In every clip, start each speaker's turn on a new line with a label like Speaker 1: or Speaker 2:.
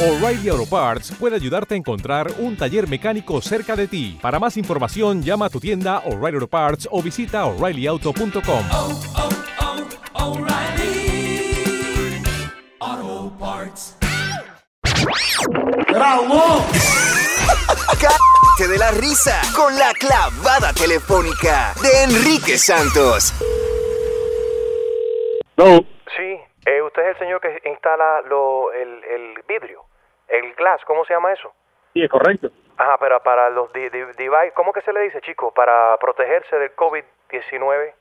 Speaker 1: O'Reilly Auto Parts puede ayudarte a encontrar un taller mecánico cerca de ti. Para más información, llama a tu tienda O'Reilly Auto Parts o visita oreillyauto.com.
Speaker 2: oh, oh, oh, O'Reilly. Auto parts.
Speaker 3: Te de la risa con la clavada telefónica de Enrique Santos.
Speaker 4: No,
Speaker 5: Sí, eh, usted es el señor que instala lo, el, el vidrio, el glass, ¿cómo se llama eso?
Speaker 4: sí, es correcto.
Speaker 5: Ajá, pero para los di- di- device, ¿cómo que se le dice, chico? Para protegerse del COVID-19,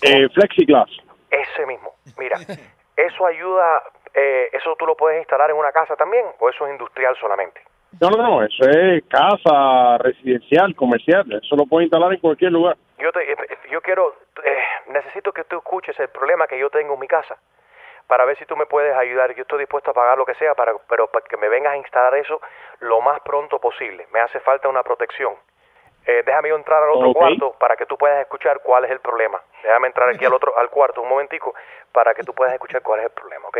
Speaker 4: Eh, Flexiglass.
Speaker 5: ese mismo. Mira, eso ayuda, eh, eso tú lo puedes instalar en una casa también, o eso es industrial solamente.
Speaker 4: No, no, no, eso es casa, residencial, comercial. Eso lo puedes instalar en cualquier lugar.
Speaker 5: Yo, te, eh, yo quiero, eh, necesito que tú escuches el problema que yo tengo en mi casa para ver si tú me puedes ayudar. Yo estoy dispuesto a pagar lo que sea, para, pero para que me vengas a instalar eso lo más pronto posible. Me hace falta una protección. Eh, déjame yo entrar al otro
Speaker 4: Ok.
Speaker 5: cuarto para que tú puedas escuchar cuál es el problema. Déjame entrar aquí al otro al cuarto un momentico para que tú puedas escuchar cuál es el problema, ¿ok?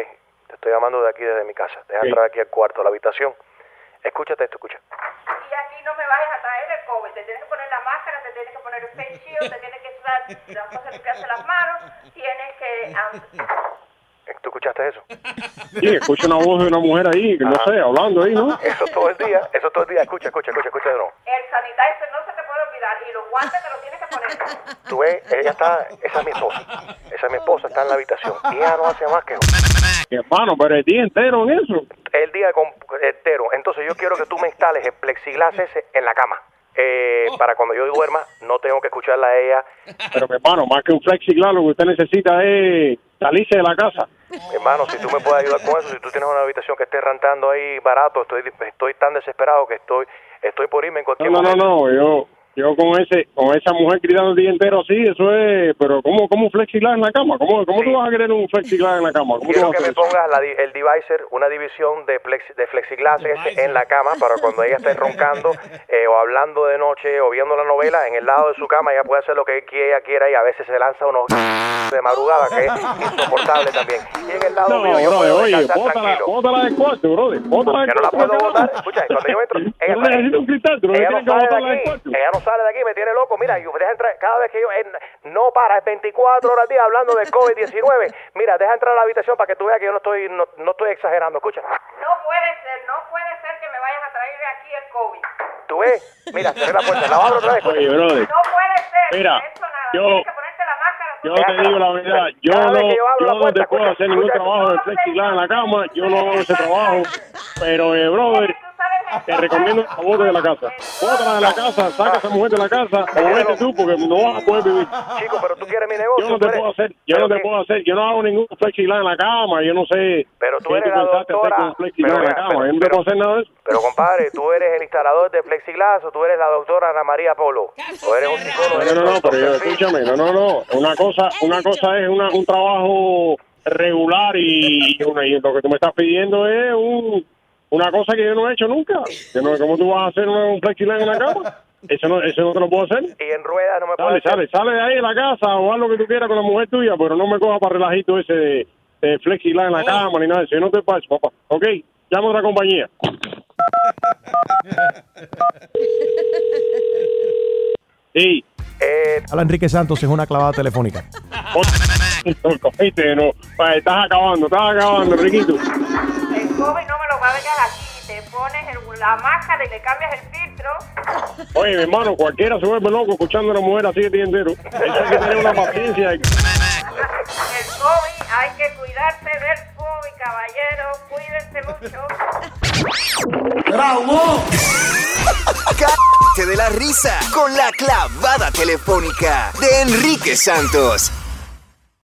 Speaker 5: Te estoy llamando de aquí desde mi casa. Déjame
Speaker 4: Ok.
Speaker 5: entrar aquí al cuarto, a la habitación. Escúchate esto, escucha.
Speaker 6: Y aquí no me vayas a traer el COVID. Te tienes que poner la máscara, te tienes que poner el face shield, te tienes que usar las cosas de limpiarse las manos, tienes que... am-
Speaker 5: Eh, ¿Tú escuchaste eso?
Speaker 4: Sí, escucho una voz de una mujer ahí, que no sé, hablando ahí, ¿no?
Speaker 5: Eso todo el día, eso todo el día. Escucha, escucha, escucha, escucha de nuevo.
Speaker 6: el sanitizer no se te puede olvidar y los guantes te los tienes que poner.
Speaker 5: Tú ves, ella está, esa es mi esposa. Esa es mi esposa, está en la habitación. Y ella no hace más que
Speaker 4: Mi hermano, pero el día entero en eso.
Speaker 5: el día con- entero. Entonces yo quiero que tú me instales el plexiglas ese en la cama. Eh, para cuando yo duerma, no tengo que escucharla a ella.
Speaker 4: Pero mi hermano, más que un Flexiglass, lo que usted necesita es salirse de la casa.
Speaker 5: Hermano, si tú me puedes ayudar con eso, si tú tienes una habitación que esté rentando ahí barato, estoy, estoy tan desesperado que estoy, estoy por irme en
Speaker 4: No,
Speaker 5: cualquier
Speaker 4: no, no,
Speaker 5: momento.
Speaker 4: no, yo... Yo con ese, con esa mujer gritando el día entero así, eso es, pero ¿cómo, cómo un flexiglass en la cama? ¿Cómo, cómo tú vas a querer un flexiglass en la cama? ¿Cómo tú
Speaker 5: Quiero
Speaker 4: vas a
Speaker 5: que
Speaker 4: hacer eso?
Speaker 5: me pongas la di- el divisor, una división de, plex- de flexiglass ese en la cama para cuando ella esté roncando eh, o hablando de noche o viendo la novela en el lado de su cama, ella puede hacer lo que ella quiera y a veces se lanza unos de madrugada que es insoportable también. Y en el lado
Speaker 4: No,
Speaker 5: mío
Speaker 4: brother,
Speaker 5: yo puedo
Speaker 4: oye,
Speaker 5: descansar
Speaker 4: bótala,
Speaker 5: tranquilo.
Speaker 4: bótala del cuarto, brother. Bótala del
Speaker 5: Yo no la
Speaker 4: cuarto.
Speaker 5: puedo
Speaker 4: carajo.
Speaker 5: botar. Escucha, cuando yo entro, ella
Speaker 4: Tú
Speaker 5: sale.
Speaker 4: necesitas un cristal, tú no
Speaker 5: Ella
Speaker 4: tienes
Speaker 5: no
Speaker 4: que
Speaker 5: sale
Speaker 4: botarla
Speaker 5: de
Speaker 4: del
Speaker 5: aquí,
Speaker 4: cuarto.
Speaker 5: ella no sale de aquí, me tiene loco. Mira, yo deja entrar, cada vez que yo, en- no para, es 24 horas al día hablando del COVID-19. Mira, deja entrar a la habitación para que tú veas que yo no estoy, no, no estoy exagerando, escucha.
Speaker 6: No puede ser, no puede ser que me vayas a traer aquí el COVID.
Speaker 5: ¿Tú ves? Mira, cerré la puerta, la abro otra vez.
Speaker 4: Oye,
Speaker 5: escucha.
Speaker 4: brother,
Speaker 6: No puede ser,
Speaker 4: Mira,
Speaker 6: no he hecho nada.
Speaker 4: yo-
Speaker 6: tienes que ponerte la máscara. tú
Speaker 4: yo
Speaker 6: tienes
Speaker 4: te digo la verdad, yo
Speaker 5: Cada vez
Speaker 4: no,
Speaker 5: que yo abro
Speaker 4: yo
Speaker 5: la
Speaker 4: no
Speaker 5: puerta,
Speaker 4: te puedo
Speaker 5: escucha,
Speaker 4: hacer ningún
Speaker 5: escucha.
Speaker 4: trabajo de flexiglass en la cama, yo no hago ese trabajo, pero, eh, brother,
Speaker 6: tú sabes
Speaker 4: te recomiendo que la botes de la casa. Bótala de la casa, saca a esa mujer de la casa, o vete tú, porque no vas a poder vivir.
Speaker 5: Chico, pero tú quieres mi negocio.
Speaker 4: Yo no
Speaker 5: tú
Speaker 4: te
Speaker 5: eres-
Speaker 4: puedo hacer, yo no
Speaker 5: pero
Speaker 4: te
Speaker 5: que-
Speaker 4: puedo hacer, yo no hago ningún flexiglass en la cama, yo no sé
Speaker 5: Pero tú
Speaker 4: qué
Speaker 5: eres
Speaker 4: tú
Speaker 5: la
Speaker 4: pensaste hacer
Speaker 5: doctora.
Speaker 4: con un flexiglass
Speaker 5: Pero
Speaker 4: en la
Speaker 5: mira,
Speaker 4: cama,
Speaker 5: pero-
Speaker 4: yo no te puedo
Speaker 5: pero-
Speaker 4: hacer nada de eso.
Speaker 5: Pero compadre, tú eres el instalador de plexiglas o tú eres la doctora Ana María Polo. O eres un psicólogo.
Speaker 4: No, no, no, pero yo, escúchame, no, no, no. Una cosa, una cosa es una- un trabajo regular y, una, y lo que tú me estás pidiendo es un, una cosa que yo no he hecho nunca. Yo no- ¿Cómo tú vas a hacer un flexilán en la cama? Eso no, eso no te lo puedo hacer.
Speaker 5: Y en ruedas no me puedes
Speaker 4: Sale, sale, sale de ahí de la casa o haz lo que tú quieras con la mujer tuya, pero no me coja para relajito ese de, de flexilán en la cama ni nada de eso. Yo no te paso, papá. Ok, llama a otra compañía. Sí.
Speaker 5: Eh,
Speaker 7: Habla Enrique Santos es una clavada telefónica.
Speaker 4: Cogiste, no. Pa, Estás acabando, estás acabando, Riquito.
Speaker 6: El COVID no me lo va a dejar aquí. Te pones el- la máscara y le cambias el filtro.
Speaker 4: Oye, mi hermano, cualquiera se vuelve loco escuchando a una mujer así el día entero. Eso hay que tener una paciencia.
Speaker 6: El COVID, hay que cuidarse del COVID, caballero. Cuídense mucho.
Speaker 3: Te de la risa con la clavada telefónica de Enrique Santos.